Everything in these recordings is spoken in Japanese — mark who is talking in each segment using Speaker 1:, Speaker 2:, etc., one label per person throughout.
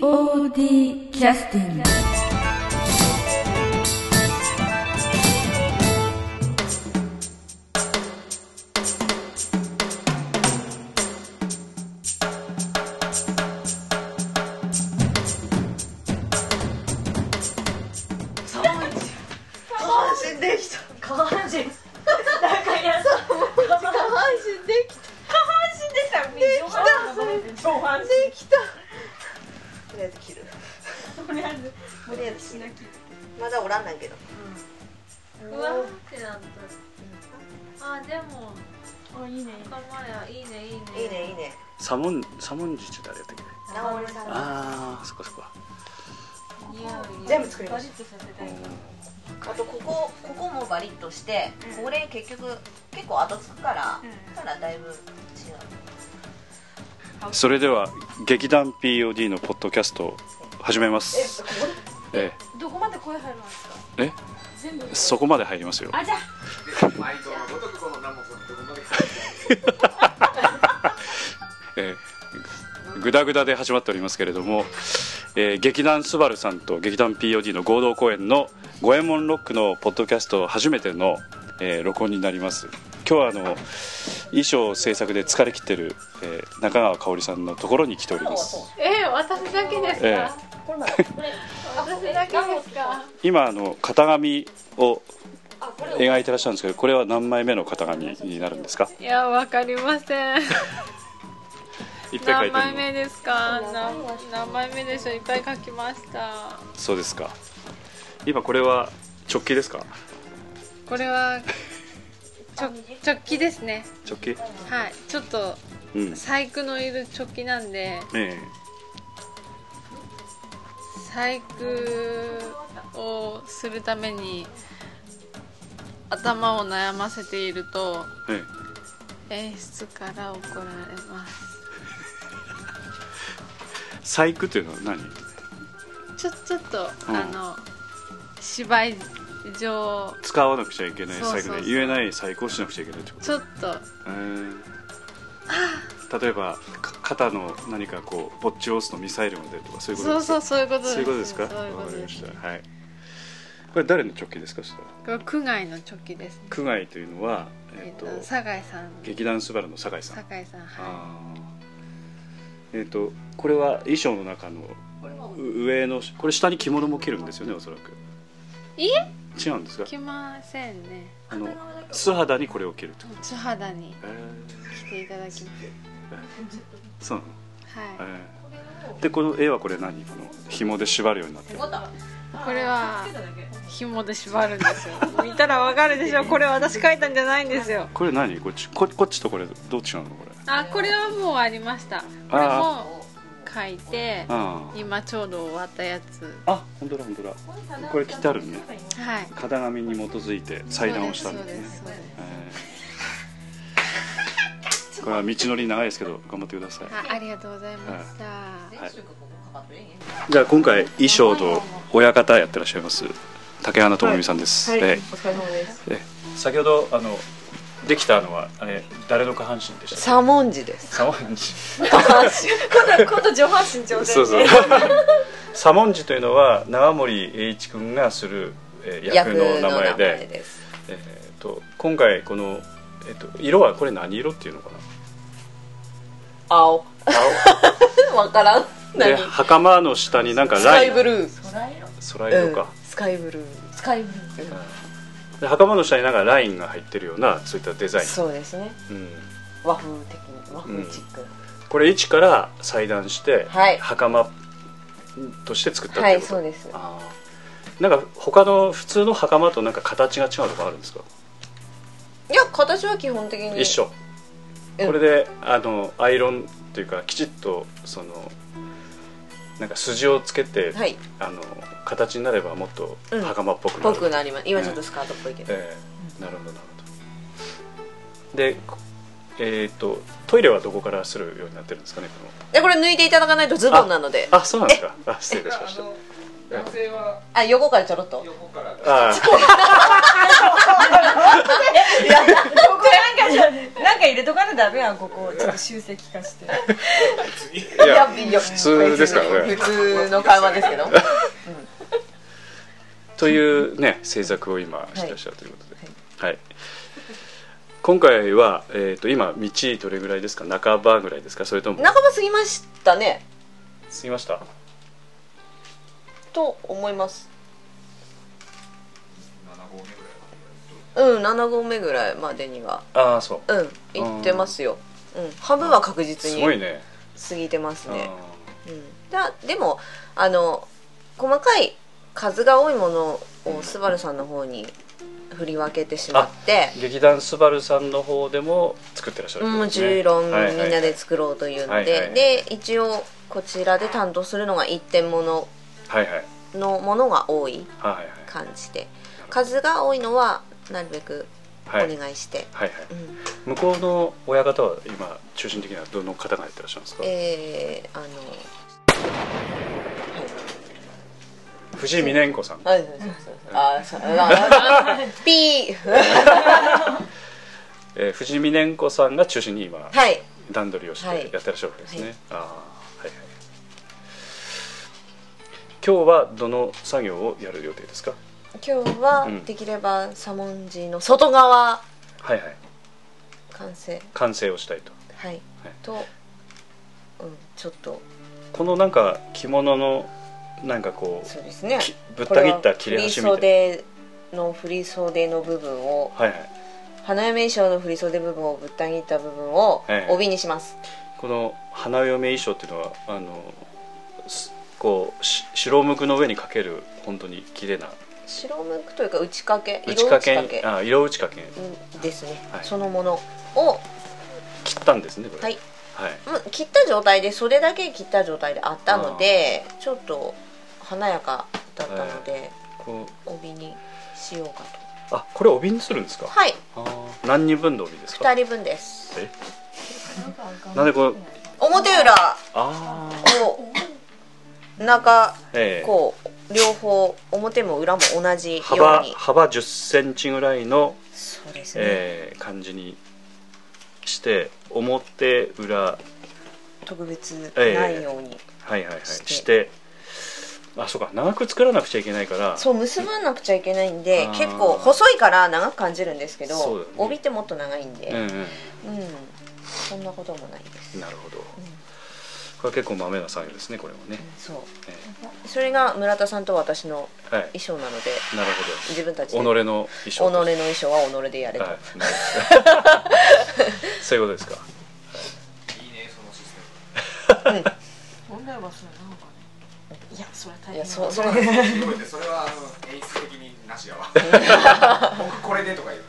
Speaker 1: POD キャスティング
Speaker 2: 下半身できた
Speaker 3: 下半身なんかや
Speaker 2: 下半身でき
Speaker 3: 下半身できた上半身
Speaker 2: たできたとりあえず切る
Speaker 3: とりあえず
Speaker 2: とりあえず切るまだおらんなんけど
Speaker 3: うわーってなったあでもあいいね仲間やいいねいいね
Speaker 2: いいねいいね
Speaker 4: サモンサモンジュって誰やったっけ
Speaker 2: 直りさんあ
Speaker 4: ああそっかそっか
Speaker 3: 匂い
Speaker 2: 全部作りまし
Speaker 3: バリッとさせ
Speaker 4: う
Speaker 3: た
Speaker 4: ん
Speaker 3: いな
Speaker 5: とここここもバリッとして、これ結局結構後つくから、ただだいぶ違う
Speaker 4: それでは劇団 POD のポッドキャストを始めますえ
Speaker 3: どこまで声入るんですか
Speaker 4: ええ
Speaker 3: 全部
Speaker 4: そこまで入りますよ
Speaker 3: あじゃあ
Speaker 6: 毎度のごとくこのナモさんどこまで来
Speaker 4: ええグダグダで始まっておりますけれども、えー劇団スバルさんと劇団 POD の合同公演の「五右衛門ロック」のポッドキャスト初めての、えー録音になります今日はあの衣装制作で疲れ切ってる、えー中川香織さんのところに来ております
Speaker 3: えー、私だけですか、
Speaker 4: ええ
Speaker 3: 私だけですか
Speaker 4: 今あの型紙を描いてらっしゃるんですけどこれは何枚目の型紙になるんですか
Speaker 3: いやわかりません
Speaker 4: いっぱ
Speaker 3: 何
Speaker 4: い描い
Speaker 3: 枚
Speaker 4: てる
Speaker 3: 目
Speaker 4: の
Speaker 3: ですか何何枚目でしょういっぱい書きました
Speaker 4: そうですか今これは直径ですか
Speaker 3: これはちょ直帰ですね
Speaker 4: 直径
Speaker 3: はいちょっと
Speaker 4: うん
Speaker 3: 細工のいる直帰なんで
Speaker 4: え
Speaker 3: 細工をするために頭を悩ませていると
Speaker 4: ええ
Speaker 3: 演出から怒られます
Speaker 4: え細工というのは何
Speaker 3: ちょちょっと、
Speaker 4: うん
Speaker 3: あの芝居上
Speaker 4: 使わなくちゃいけない細工で
Speaker 3: そうそうそう
Speaker 4: 言えない細工をしなくちゃいけないってこと
Speaker 3: ちょっと
Speaker 4: ええ例えばか肩の何かこうぼっちを押すとミサイルが出るとかそういう
Speaker 3: そ
Speaker 4: こと
Speaker 3: う
Speaker 4: です
Speaker 3: そう
Speaker 4: か
Speaker 3: そういうことです
Speaker 4: そういうことですか
Speaker 3: そういうこ
Speaker 4: わ
Speaker 3: と
Speaker 4: かり
Speaker 3: で
Speaker 4: ますしたはいこれ誰の直径ですかそしたら
Speaker 3: これ区外の直帰ですね
Speaker 4: 区外というのは、
Speaker 3: え
Speaker 4: え
Speaker 3: っ
Speaker 4: っ
Speaker 3: と
Speaker 4: と
Speaker 3: 酒井さん
Speaker 4: 劇団スバルの酒井さん
Speaker 3: 酒井さんは
Speaker 4: あーえっ、とこれは衣装の中のう上のこれ下に着物も着るんですよねおそらく
Speaker 3: いい
Speaker 4: 違うんですか
Speaker 3: い来ませんね
Speaker 4: あの素肌にこれを着ると、
Speaker 3: 素肌に
Speaker 4: え
Speaker 3: 来ていただきま
Speaker 4: ーそう
Speaker 3: すはい
Speaker 4: なの、えーでこの絵はこれ何この紐で縛るようになってる
Speaker 3: これは紐で縛るんですよ見たらわかるでしょこれ私書いたんじゃないんですよ
Speaker 4: これ何こっちここっちとこれどっちなのこれ
Speaker 3: あこれはもうありましたこれも書いて
Speaker 4: あー
Speaker 3: 今ちょうど終わったやつ
Speaker 4: あ本当だ本当だこれ切ってあるね
Speaker 3: はい
Speaker 4: 型紙に基づいて裁断をしたんだ
Speaker 3: そう
Speaker 4: ね
Speaker 3: ですそうですそうで
Speaker 4: えーこれは道のり長いですけど頑張ってください、
Speaker 3: すあありがとうございました、
Speaker 4: じゃあ今回衣装の親方やってらっしゃいます竹花智美さんです、
Speaker 2: はい、
Speaker 4: え
Speaker 2: お疲れ様です
Speaker 4: えええ先ほどあのできたのはあれ誰の下半身でした
Speaker 2: サモンジです
Speaker 4: サモンジ
Speaker 2: 下半身今度今度上半身上
Speaker 4: そ うそうサモンジというのは長森栄一君がする、えー役の名前で
Speaker 2: です
Speaker 4: えー、と今回この、えっと色はこれ何色っていうのかな
Speaker 2: 青わからん
Speaker 4: で袴の下になんか
Speaker 2: スカ
Speaker 4: ライ
Speaker 2: イ
Speaker 4: ン
Speaker 2: ブルー
Speaker 4: 空色
Speaker 2: う
Speaker 4: か
Speaker 2: ん、スカイブルースカイブルー、
Speaker 4: で袴の下になんかラインが入ってるようなそういったデザイン
Speaker 2: そうですね
Speaker 4: うん
Speaker 2: 和風的に和風チックな、
Speaker 4: これ一から裁断して、
Speaker 2: はい
Speaker 4: 袴として作ったっ
Speaker 2: は
Speaker 4: ていう
Speaker 2: い
Speaker 4: こと、
Speaker 2: そうです
Speaker 4: あーなんか他の普通の袴となんか形が違うとかあるんですか、
Speaker 2: いや形は基本的に
Speaker 4: 一緒
Speaker 2: うん
Speaker 4: これであのアイロンというかきちっとそのなんか筋をつけて、
Speaker 2: はい
Speaker 4: あの形になればもっと
Speaker 2: うん
Speaker 4: 袴っぽくなる、
Speaker 2: 僕なります今ちょっとスカートっぽいけど、
Speaker 4: ええなるほどなるほどでこえっ、とトイレはどこからするようになってるんですかねこの
Speaker 2: でこれ抜いていただかないとズボンなので
Speaker 4: あそうなんですかあ失礼いたしました
Speaker 6: 男性は
Speaker 5: あ横からちょろっと
Speaker 6: 横からだ
Speaker 4: あ
Speaker 7: いやなんかなんか入れとかなダメやんここちょっと集積化して
Speaker 6: 別に
Speaker 4: あいや
Speaker 5: いや
Speaker 4: 普通ですからね
Speaker 5: 普通の会話です けど
Speaker 4: というね制作を今してらっしゃるということで、はい今回は、えー、と今道どれぐらいですか半ばぐらいですかそれとも
Speaker 5: 半ば過ぎましたね
Speaker 4: すいました
Speaker 5: と思います
Speaker 6: 7合目ぐらい
Speaker 5: うん7合目ぐらいまでには
Speaker 4: ああそう
Speaker 5: うん行ってますよ、うん、半分は確実
Speaker 4: す
Speaker 5: に
Speaker 4: ごいね
Speaker 5: 過ぎてますね
Speaker 4: あ
Speaker 5: うん、だでもあの細かい数が多いものをスバルさんの方に振り分けてしまって
Speaker 4: ー劇団スバルさんの方でも作ってらっしゃる
Speaker 5: うんもちろんみん
Speaker 4: はいはい
Speaker 5: なで作ろうというの
Speaker 4: はいはいは
Speaker 5: で
Speaker 4: い
Speaker 5: で一応こちらで担当するのが一点もの
Speaker 4: はいはいはい
Speaker 5: のものが多い
Speaker 4: はい
Speaker 5: 感じで数が多いのはなるべくお
Speaker 4: はいはい
Speaker 5: 願いして、
Speaker 4: はい
Speaker 5: うん
Speaker 4: 向こうの親方は今中心的にはどの方がやってらっしゃるんですか
Speaker 5: えー、あ
Speaker 4: 藤井美年子さん
Speaker 5: のはいはいそうそうそうあーそうあーピー
Speaker 4: えー藤井美年子さんが中心に今、
Speaker 5: はい
Speaker 4: 段取りをして
Speaker 5: は
Speaker 4: やっ
Speaker 5: い
Speaker 4: てらっしゃるわけですね、
Speaker 5: はい
Speaker 4: ああはいはい今日はどの作業をやる予定ですか
Speaker 5: 今日は
Speaker 4: うん
Speaker 5: できれば左文字の外側
Speaker 4: はいはい
Speaker 5: 完成
Speaker 4: 完成をしたいと
Speaker 5: はい、と、うん、ちょっと
Speaker 4: このなんか着物のなんかこ
Speaker 5: そうですね
Speaker 4: うきぶった切った切れ端みたいな
Speaker 5: 袖の振り袖の部分を
Speaker 4: はいはい
Speaker 5: 花嫁衣装の振り袖部分をぶった切った部分を
Speaker 4: ええ
Speaker 5: 帯にします、
Speaker 4: この花嫁衣装っていうのはあのすこうし白無垢の上にかける本当に綺麗な
Speaker 5: 白むくというか打ち掛け
Speaker 4: 打
Speaker 5: 色
Speaker 4: ち
Speaker 5: 打
Speaker 4: 掛
Speaker 5: ち
Speaker 4: け
Speaker 5: 掛け
Speaker 4: あ色打ち掛け
Speaker 5: うんですね、
Speaker 4: はい
Speaker 5: そのものを、
Speaker 4: 切ったんですねこれ
Speaker 5: はい、
Speaker 4: はい
Speaker 5: もう切った状態で袖だけ切った状態であったのでちょっと華やかだったので、
Speaker 4: こう
Speaker 5: 帯にしようかと
Speaker 4: あこれ帯にするんですか
Speaker 5: はい
Speaker 4: あー何人分の帯ですか
Speaker 5: 二人分です
Speaker 4: えなんでこう
Speaker 5: 表裏
Speaker 4: ああ
Speaker 5: を中
Speaker 4: ええ
Speaker 5: こう両方表も裏も同じよう
Speaker 4: 幅
Speaker 5: に
Speaker 4: 幅1 0ンチぐらいの、
Speaker 5: そうですね、
Speaker 4: えー感じにして表裏
Speaker 5: 特別
Speaker 4: ええ
Speaker 5: ないように、
Speaker 4: はいはいはい
Speaker 5: し
Speaker 4: しててあそうか長く作らなくちゃいけないから
Speaker 5: そう結ばなくちゃいけないんで
Speaker 4: あー
Speaker 5: 結構細いから長く感じるんですけど、
Speaker 4: そうだよね
Speaker 5: 帯ってもっと長いんで、
Speaker 4: うんうん、
Speaker 5: うんそんなこともないです、
Speaker 4: なるほど、これは結構まめな作業ですねこれもね、
Speaker 5: そ
Speaker 4: え
Speaker 5: うそれが村田さんと私の
Speaker 4: えはい
Speaker 5: 衣装なので
Speaker 4: なる
Speaker 5: 自分たち
Speaker 4: ほ
Speaker 5: で己
Speaker 4: ど
Speaker 5: の
Speaker 4: 己の衣装
Speaker 5: 衣装は己でやれと、
Speaker 4: はい なるほどそういうことですか
Speaker 6: いいねそのシステ
Speaker 7: 問題はそれなのかねいやそれ大
Speaker 5: い、
Speaker 7: 変
Speaker 5: やそ
Speaker 7: だ
Speaker 5: うそれ
Speaker 6: ムすごいねそれはあの演出的になしやわ僕これでとか言う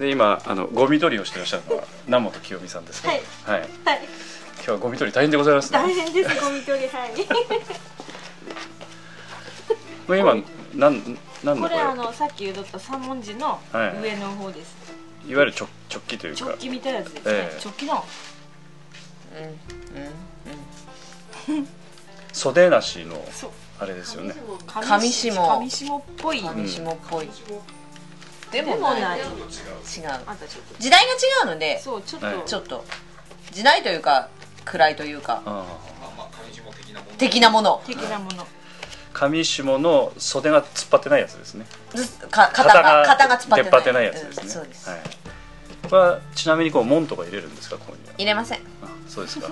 Speaker 4: で今あのゴミ取りをしてらっしゃるのは南本清美さんですねはい、今日はゴミ取り大変でございますね
Speaker 7: 大変ですゴミ取りはい
Speaker 4: これ今なんなん
Speaker 7: こ
Speaker 4: のこ
Speaker 7: れ
Speaker 4: れ
Speaker 7: あのさっき言うとった三文字の
Speaker 4: はい
Speaker 7: 上の方です、
Speaker 4: いわゆる直直帰という
Speaker 7: 直
Speaker 4: か
Speaker 7: 帰みたいなやつですね、
Speaker 4: ええ
Speaker 7: 直帰の
Speaker 4: 袖なしの
Speaker 7: そう
Speaker 4: あれですよね
Speaker 5: 上下
Speaker 7: 上下っぽい、
Speaker 5: 上下っぽい、で
Speaker 7: でもない
Speaker 5: 違う
Speaker 6: ちょっと違う
Speaker 7: あんたちょっ
Speaker 5: 時代が違うので
Speaker 7: とそうちょっと、
Speaker 4: はい
Speaker 5: ちょっと時代というか位というか
Speaker 4: あ
Speaker 6: まあまあ上地も的なもん
Speaker 5: 的なもの
Speaker 7: 的なもの
Speaker 4: あ上下の袖が突っ張ってないやつですね
Speaker 5: ずか肩が肩が突っ張って
Speaker 4: 出っ張ってないやつですね、
Speaker 5: うんそうです、
Speaker 4: はいこれはちなみにこう門とか入れるんですかここには
Speaker 5: 入れません
Speaker 4: あそうです か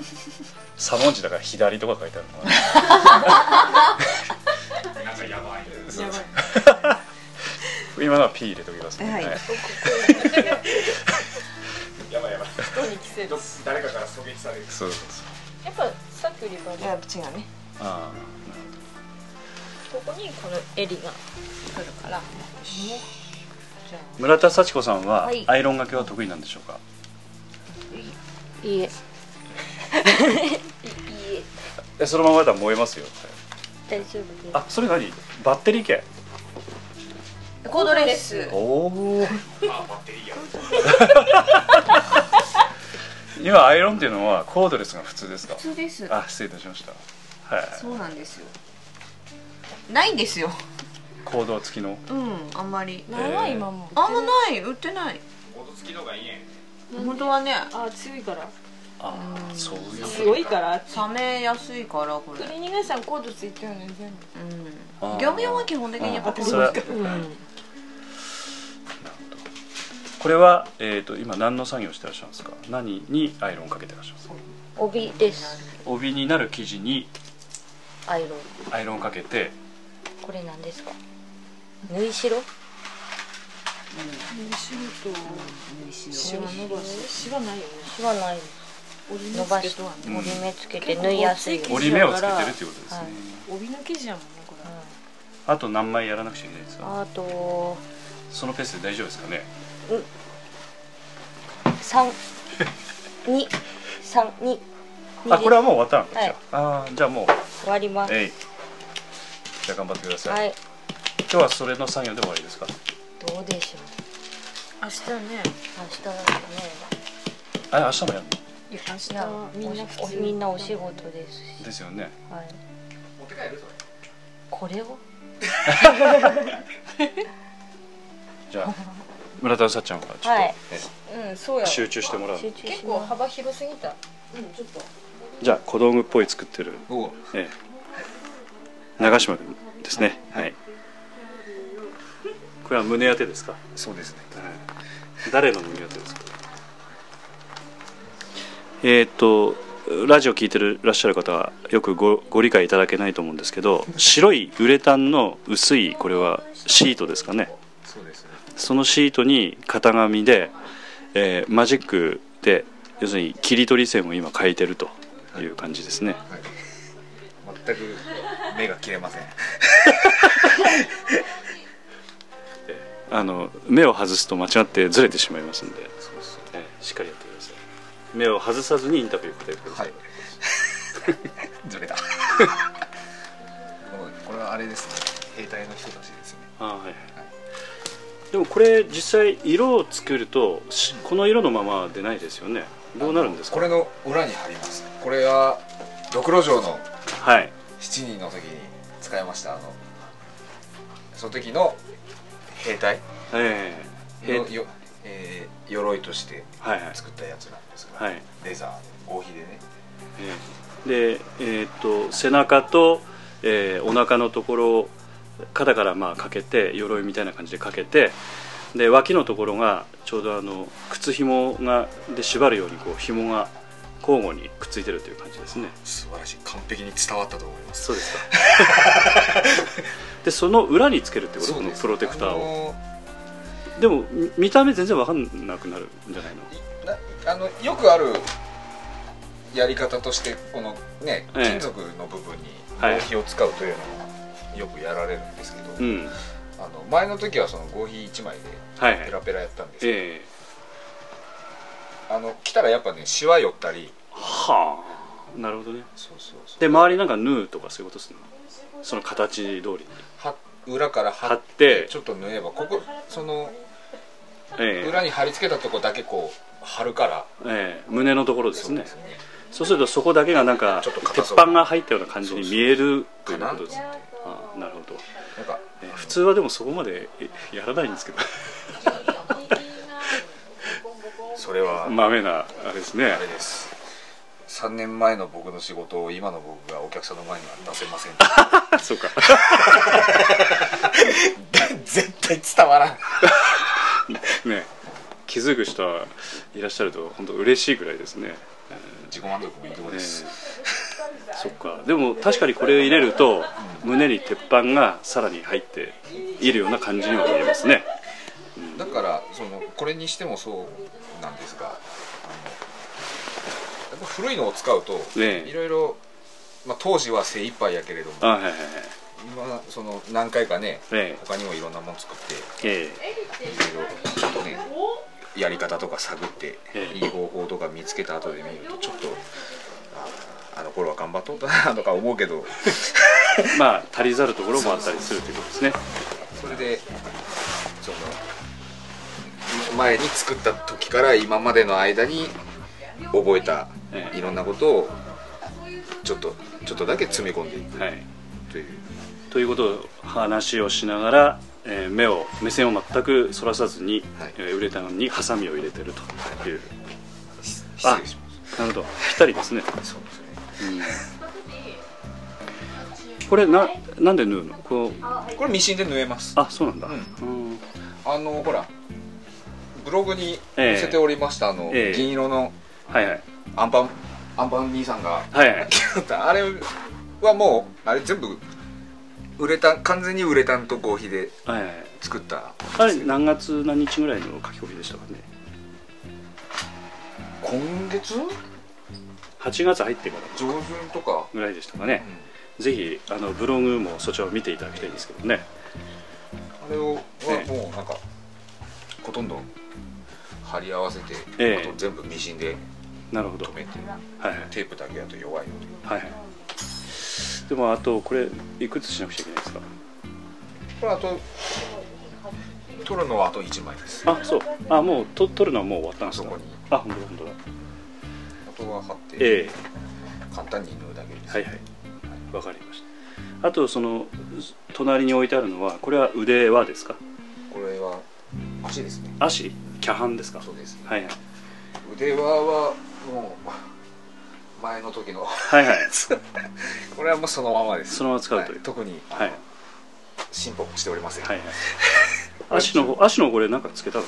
Speaker 4: 左文字だから左とか書いてあるのかな
Speaker 6: なんかやばいね
Speaker 7: やばい
Speaker 4: 今のは P 入れておきますね、
Speaker 5: はい
Speaker 6: やばいやばいど誰かから狙撃される
Speaker 4: そうそうそう
Speaker 7: やっぱさっきよりはい
Speaker 5: や違うね
Speaker 4: あ
Speaker 7: ここにこの襟が
Speaker 5: 来るから
Speaker 4: あ村田幸子さんは
Speaker 5: はい
Speaker 4: アイロンがけは得意なんでしょうか
Speaker 7: いいえ
Speaker 4: えそのままだったら燃えますよ
Speaker 7: 大丈夫で
Speaker 4: あそれ何バッテリー券
Speaker 5: コードレス
Speaker 4: おお
Speaker 6: まあバッテリーやる
Speaker 4: 今アイロンっていうのはコードレスが普通ですか
Speaker 5: 普通です
Speaker 4: あ失礼いたしましたはい
Speaker 5: そうなんですよないんですよ
Speaker 4: コード付きの
Speaker 5: うんあんまり
Speaker 7: ないわ今も
Speaker 5: あんまない売ってない
Speaker 6: コード付きの方がいいね
Speaker 5: 本当はね
Speaker 2: あ強いから
Speaker 4: ああそういう
Speaker 2: すごいから
Speaker 5: 冷めやすいからこれ
Speaker 7: クリーニング屋さんコードついてるね全
Speaker 5: う
Speaker 7: 部
Speaker 4: あー
Speaker 5: ん業務用は基本的にやっぱこ
Speaker 4: それ
Speaker 2: うん
Speaker 4: これは、えー、と今何の作業してらっしゃるんですか何にアイロンかけてらっしゃるんですか
Speaker 5: 帯です
Speaker 4: 帯になる生地に
Speaker 5: アイロン
Speaker 4: アイロンかけて
Speaker 5: これなんですか縫い代縫い
Speaker 2: シ
Speaker 5: 代
Speaker 2: ワ
Speaker 5: と
Speaker 2: 伸ばしシワないよね
Speaker 5: しわない
Speaker 2: 折り
Speaker 5: 伸
Speaker 2: 目
Speaker 5: ば
Speaker 2: つけ
Speaker 5: して
Speaker 2: とはね
Speaker 5: 折り目つけて縫いやすいように
Speaker 4: 折り目をつけてるっていうことですね、
Speaker 5: はい
Speaker 2: 帯の生地やもんねこれ
Speaker 4: あと何枚やらなくちゃいけないですか
Speaker 5: あと
Speaker 4: そのペースで大丈夫ですかね
Speaker 5: 三二三二
Speaker 4: あこれはもう終わったのか、
Speaker 5: は
Speaker 4: じゃああ
Speaker 5: い
Speaker 4: ーじゃあもう
Speaker 5: 終わります
Speaker 4: えいじゃあ頑張ってください、
Speaker 5: はい
Speaker 4: 今日はそれの作業で終わりですか
Speaker 5: どうでしょう
Speaker 2: 明日ね
Speaker 5: 明日なんかね
Speaker 4: あ明日もやる
Speaker 2: いや
Speaker 5: いや
Speaker 2: 明日みんな普
Speaker 5: お
Speaker 2: 通
Speaker 5: みんなお仕事です
Speaker 4: の
Speaker 5: し
Speaker 4: ですよね
Speaker 5: はい
Speaker 6: 持って帰るそれ
Speaker 5: これを
Speaker 4: じゃあ村田うさちゃんはちょっと、
Speaker 5: はい
Speaker 4: え
Speaker 7: うんそうや
Speaker 4: 集中してもらう
Speaker 5: 集中
Speaker 7: 結
Speaker 5: し
Speaker 7: 構
Speaker 5: ます
Speaker 7: 幅広すぎた
Speaker 4: じゃあ小道具っぽい作ってる
Speaker 6: おお
Speaker 4: ええ、長島君ですね。はい。これは胸当てですか。
Speaker 6: そうですね
Speaker 4: 誰の胸当てですか。えーっとラジオ聞いてるらっしゃる方はよくごご理解いただけないと思うんですけど、白いウレタンの薄いこれはシートですかね。
Speaker 6: そうですね
Speaker 4: そのシートに型紙で、えーマジックで要するに切り取り線を今描いてるという感じですね。
Speaker 6: はい全く目が切れません
Speaker 4: あの目を外すと間違ってずれてしまいますんで、ええしっかりやってください目を外さずにインタビュー答えてください、
Speaker 6: ずれた このこれはあれですね兵隊の人たちですね
Speaker 4: ああはいでもこれ実際色を作るとしこの色のまま出ないですよねどうなるんですか
Speaker 6: これの裏に貼りますこれはドクロ城の
Speaker 4: はい
Speaker 6: 7人の時に使いましたあのその時の兵隊
Speaker 4: ええ
Speaker 6: のよ、えー鎧として
Speaker 4: はいはい
Speaker 6: 作ったやつなんですが、
Speaker 4: はい
Speaker 6: レザー合皮でね
Speaker 4: ええでえーっと背中と、えーお腹のところを肩からまあかけて鎧みたいな感じでかけてで脇のところがちょうどあの靴紐がで縛るようにこう紐が交互にくっついてるという感じですね
Speaker 6: 素晴らしい完璧に伝わったと思います
Speaker 4: そうですかでその裏につけるってこと
Speaker 6: そう
Speaker 4: こ
Speaker 6: で
Speaker 4: の
Speaker 6: す
Speaker 4: プロテクター
Speaker 6: あ
Speaker 4: を
Speaker 6: の
Speaker 4: でもみ見た目全然わかんなくなるんじゃないの
Speaker 6: いなあのよくあるやり方としてこのね
Speaker 4: ええ
Speaker 6: 金属の部分に
Speaker 4: はい
Speaker 6: 合皮を使うというのがよくやられるんですけど、
Speaker 4: うん
Speaker 6: あの前の時はその合皮1枚で
Speaker 4: はいは
Speaker 6: ペ
Speaker 4: い
Speaker 6: ラペラやったんですけど、
Speaker 4: ええ
Speaker 6: あの来たらやっぱねシワ寄ったり
Speaker 4: はあなるほどね
Speaker 6: そうそうそう
Speaker 4: で周りなんか縫うとかそういうことですねその形通りに
Speaker 6: は裏から貼
Speaker 4: 貼
Speaker 6: っ
Speaker 4: ってて
Speaker 6: ちょっと縫えばここその
Speaker 4: ええ
Speaker 6: 裏に貼り付けたとこだけこう貼るから
Speaker 4: ええ胸のところですねそ
Speaker 6: そう
Speaker 4: うするとそこだけがなんか
Speaker 6: ちょっと硬
Speaker 4: 鉄
Speaker 6: そう
Speaker 4: 板が入ったような感じに見えるとい
Speaker 6: そう
Speaker 4: う
Speaker 6: そ
Speaker 4: こ
Speaker 6: う
Speaker 4: とですねああなるほど、
Speaker 6: なんか
Speaker 4: ええ普通はでもそこまでえやらないんですけど
Speaker 6: それは
Speaker 4: 豆なあれですね
Speaker 6: あれです3年前の僕の仕事を今の僕がお客さんの前には出せ ません
Speaker 4: あそうか
Speaker 6: 絶対伝わらん
Speaker 4: ね気づく人はいらっしゃると本当嬉しいぐらいですね
Speaker 6: 自己満足もいいとこ
Speaker 4: ええ
Speaker 6: です、
Speaker 4: そっかでも確かにこれを入れると胸に鉄板がさらに入っているような感じにも見えますね
Speaker 6: だからそのこれにしてもそうなんですがあのやっぱ古いのを使うと
Speaker 4: ねえ
Speaker 6: いろいろ、まあ、当時は精一杯やけれども
Speaker 4: あはいはいはい
Speaker 6: 今その何回かね
Speaker 4: え
Speaker 6: 他にもいろんなもの作って
Speaker 4: え
Speaker 6: いろいろちょっとねやり方とか探って
Speaker 4: ええ
Speaker 6: いい方法とか見つけた後で見るとちょっとああの頃は頑張っとったなと か思うけど
Speaker 4: えまあ足りざるところもあったりするということですね
Speaker 6: それでその前に作った時から今までの間に覚えた
Speaker 4: ええ
Speaker 6: いろんなことをちょっとちょっとだけ詰め込んでいく
Speaker 4: はい、
Speaker 6: という
Speaker 4: ということを話をしながら、えー目を目線を全くそらさずに、
Speaker 6: はい
Speaker 4: えーウレタンにハサミを入れてるという、
Speaker 6: 失礼しま
Speaker 4: なるほどぴったりですね、
Speaker 6: すそうですね
Speaker 4: これななんで縫うのこう
Speaker 6: これミシンで縫えます
Speaker 4: あそうなんだ、
Speaker 6: う
Speaker 4: うん
Speaker 6: あのほらブログに載せておりました、あの、
Speaker 4: ええ
Speaker 6: 銀色の
Speaker 4: はいはい
Speaker 6: アンパンアンパン兄さんが
Speaker 4: はいはい
Speaker 6: あれはもうあれ全部ウレタン完全にウレタンと合皮で
Speaker 4: はいはい
Speaker 6: 作った
Speaker 4: あれ何月何日ぐらいの書き込みでしたかね
Speaker 6: 今月
Speaker 4: 8月入ってから
Speaker 6: 上旬とか、
Speaker 4: ぐらいでしたかね、ぜひあのブログもそちらを見ていただきたいんですけどね
Speaker 6: あれをは
Speaker 4: ええ
Speaker 6: もうなんかほとんど貼り合わせて、
Speaker 4: ええ
Speaker 6: あと全部ミシンで
Speaker 4: なるほど
Speaker 6: 留めて
Speaker 4: はいはい
Speaker 6: テープだけだと弱いので
Speaker 4: はいはいでもあとこれいくつしなくちゃいけないですか
Speaker 6: これあと取るのはあと1枚です
Speaker 4: あそうあもうと取るのはもう終わったん
Speaker 6: あ
Speaker 4: です
Speaker 6: そ
Speaker 4: か
Speaker 6: こに
Speaker 4: あ本当だ本当だ
Speaker 6: あとは貼って、
Speaker 4: え
Speaker 6: 簡単に縫うだけで
Speaker 4: え
Speaker 6: す、
Speaker 4: はいはいわかりましたあとその隣に置いてあるのはこれは腕輪ですか
Speaker 6: これは足ですね
Speaker 4: 足キャハンですか
Speaker 6: そうです
Speaker 4: はいはい
Speaker 6: 腕輪はもう前の時の
Speaker 4: はいはい
Speaker 6: これはもうそのままです
Speaker 4: そのまま使うという
Speaker 6: は特に、
Speaker 4: はい
Speaker 6: 進歩しておりません、
Speaker 4: はいはい足の方足のこれなんかつけたの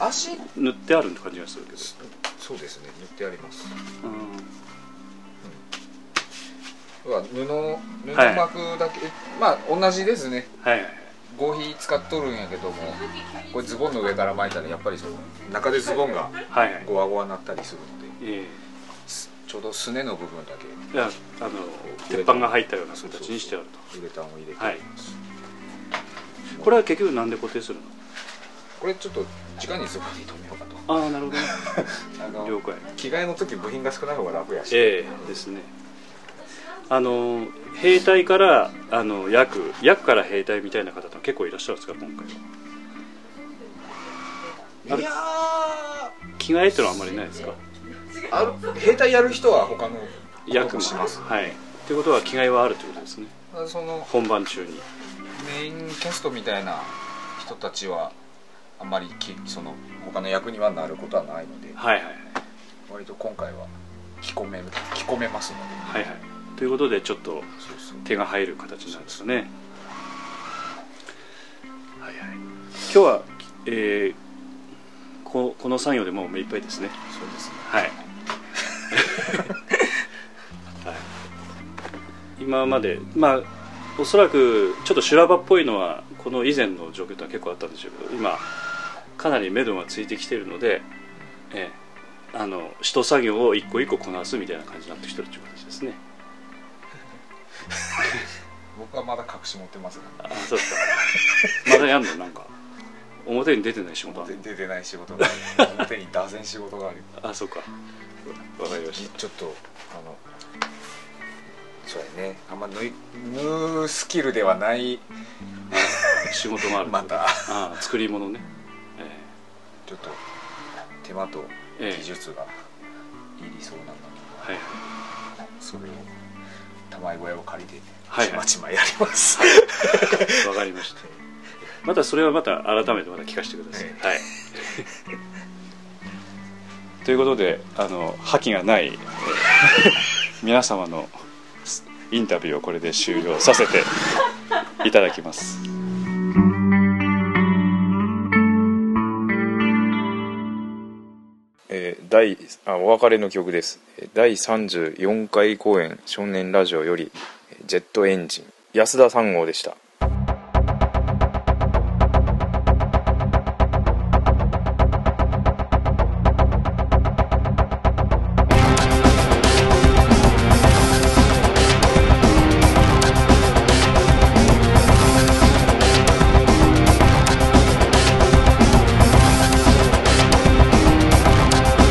Speaker 6: 足
Speaker 4: 塗ってあるって感じがするけど
Speaker 6: そうですね塗ってあります
Speaker 4: うん
Speaker 6: うわ布の布
Speaker 4: はい
Speaker 6: 膜だけ、まあ同じですね
Speaker 4: はいはいはい
Speaker 6: 合皮使っとるんやけどもこれズボンの上から巻いたらやっぱりその中でズボンが
Speaker 4: はいはい
Speaker 6: ゴワゴワになったりするので
Speaker 4: え
Speaker 6: すちょうどすねの部分だけ
Speaker 4: えいやあの鉄板が入ったような形にしてあると
Speaker 6: ウレタンを入れて
Speaker 4: はい
Speaker 6: ます
Speaker 4: これは結局なんで固定する
Speaker 6: これちょっと直にズボンに留めようかと
Speaker 4: のああなるほどね
Speaker 6: あ の
Speaker 4: 了解
Speaker 6: 着替えの時部品が少ない方が楽やし、
Speaker 4: ええですねあの兵隊からあの役役から兵隊みたいな方って結構いらっしゃるんですか今回はい
Speaker 6: や
Speaker 4: 着替えっていうのはあんまりないですか
Speaker 6: ーある兵隊やる人は他の
Speaker 4: 役も
Speaker 6: します
Speaker 4: はいということは着替えはあるということですね
Speaker 6: その
Speaker 4: 本番中に
Speaker 6: メインキャストみたいな人たちはあんまりきその他の役にはなることはないので
Speaker 4: はいはい
Speaker 6: 割と今回は着込める着込めますので
Speaker 4: はいはいということでちょっと
Speaker 6: そうそう
Speaker 4: 手が入る形になるんですかねはいはい今日は、えーここの作業でもう目いっぱいですね
Speaker 6: そうですね
Speaker 4: はい、はい、今までまあおそらくちょっと修羅場っぽいのはこの以前の状況とは結構あったんでしょうけど今かなり目処がついてきているので、ええあの一作業を一個一個こなすみたいな感じになってきてるという形ですね
Speaker 6: 僕はまだ隠し持ってますが
Speaker 4: あそうですかまだやんのなんか表に出てない仕事あんの
Speaker 6: 全然出ない仕事があ る表に打線仕事がある
Speaker 4: あそうかわかりまし
Speaker 6: ちょっとあのそうやねあんま縫い縫うスキルではない
Speaker 4: た仕事がある
Speaker 6: また
Speaker 4: ああ作り物ねえ
Speaker 6: ちょっと手間と
Speaker 4: えええ
Speaker 6: 技術がいりそうなので、
Speaker 4: はいはい
Speaker 6: それを玉井小屋を借りて
Speaker 4: はい
Speaker 6: ちまちまやります、
Speaker 4: わかりました。またそれはまた改めてまた聞かせてください。はい。ということで、あの覇気がない、えー皆様のインタビューをこれで終了させていただきます。
Speaker 8: えー第あお別れの曲ですえー第34回公演「少年ラジオ」よりえー「ジェットエンジン」安田三号でした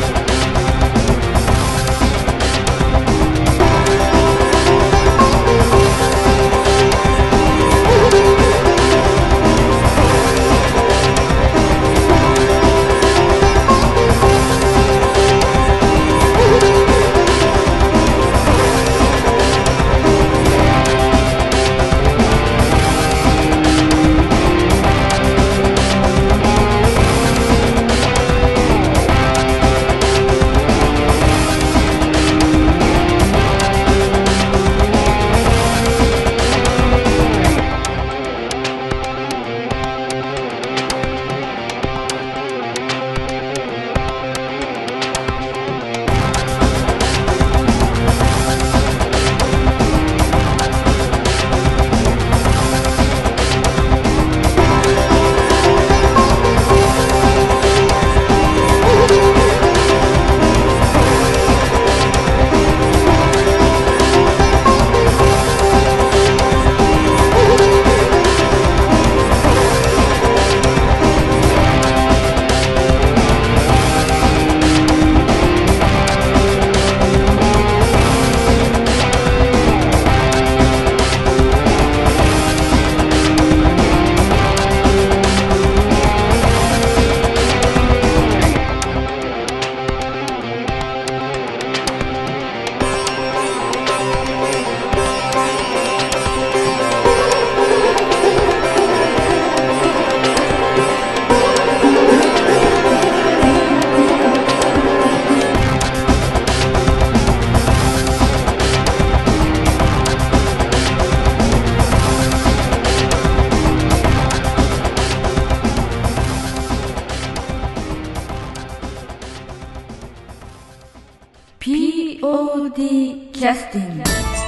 Speaker 9: 「君の声が聞こえる」
Speaker 1: POD キャスティング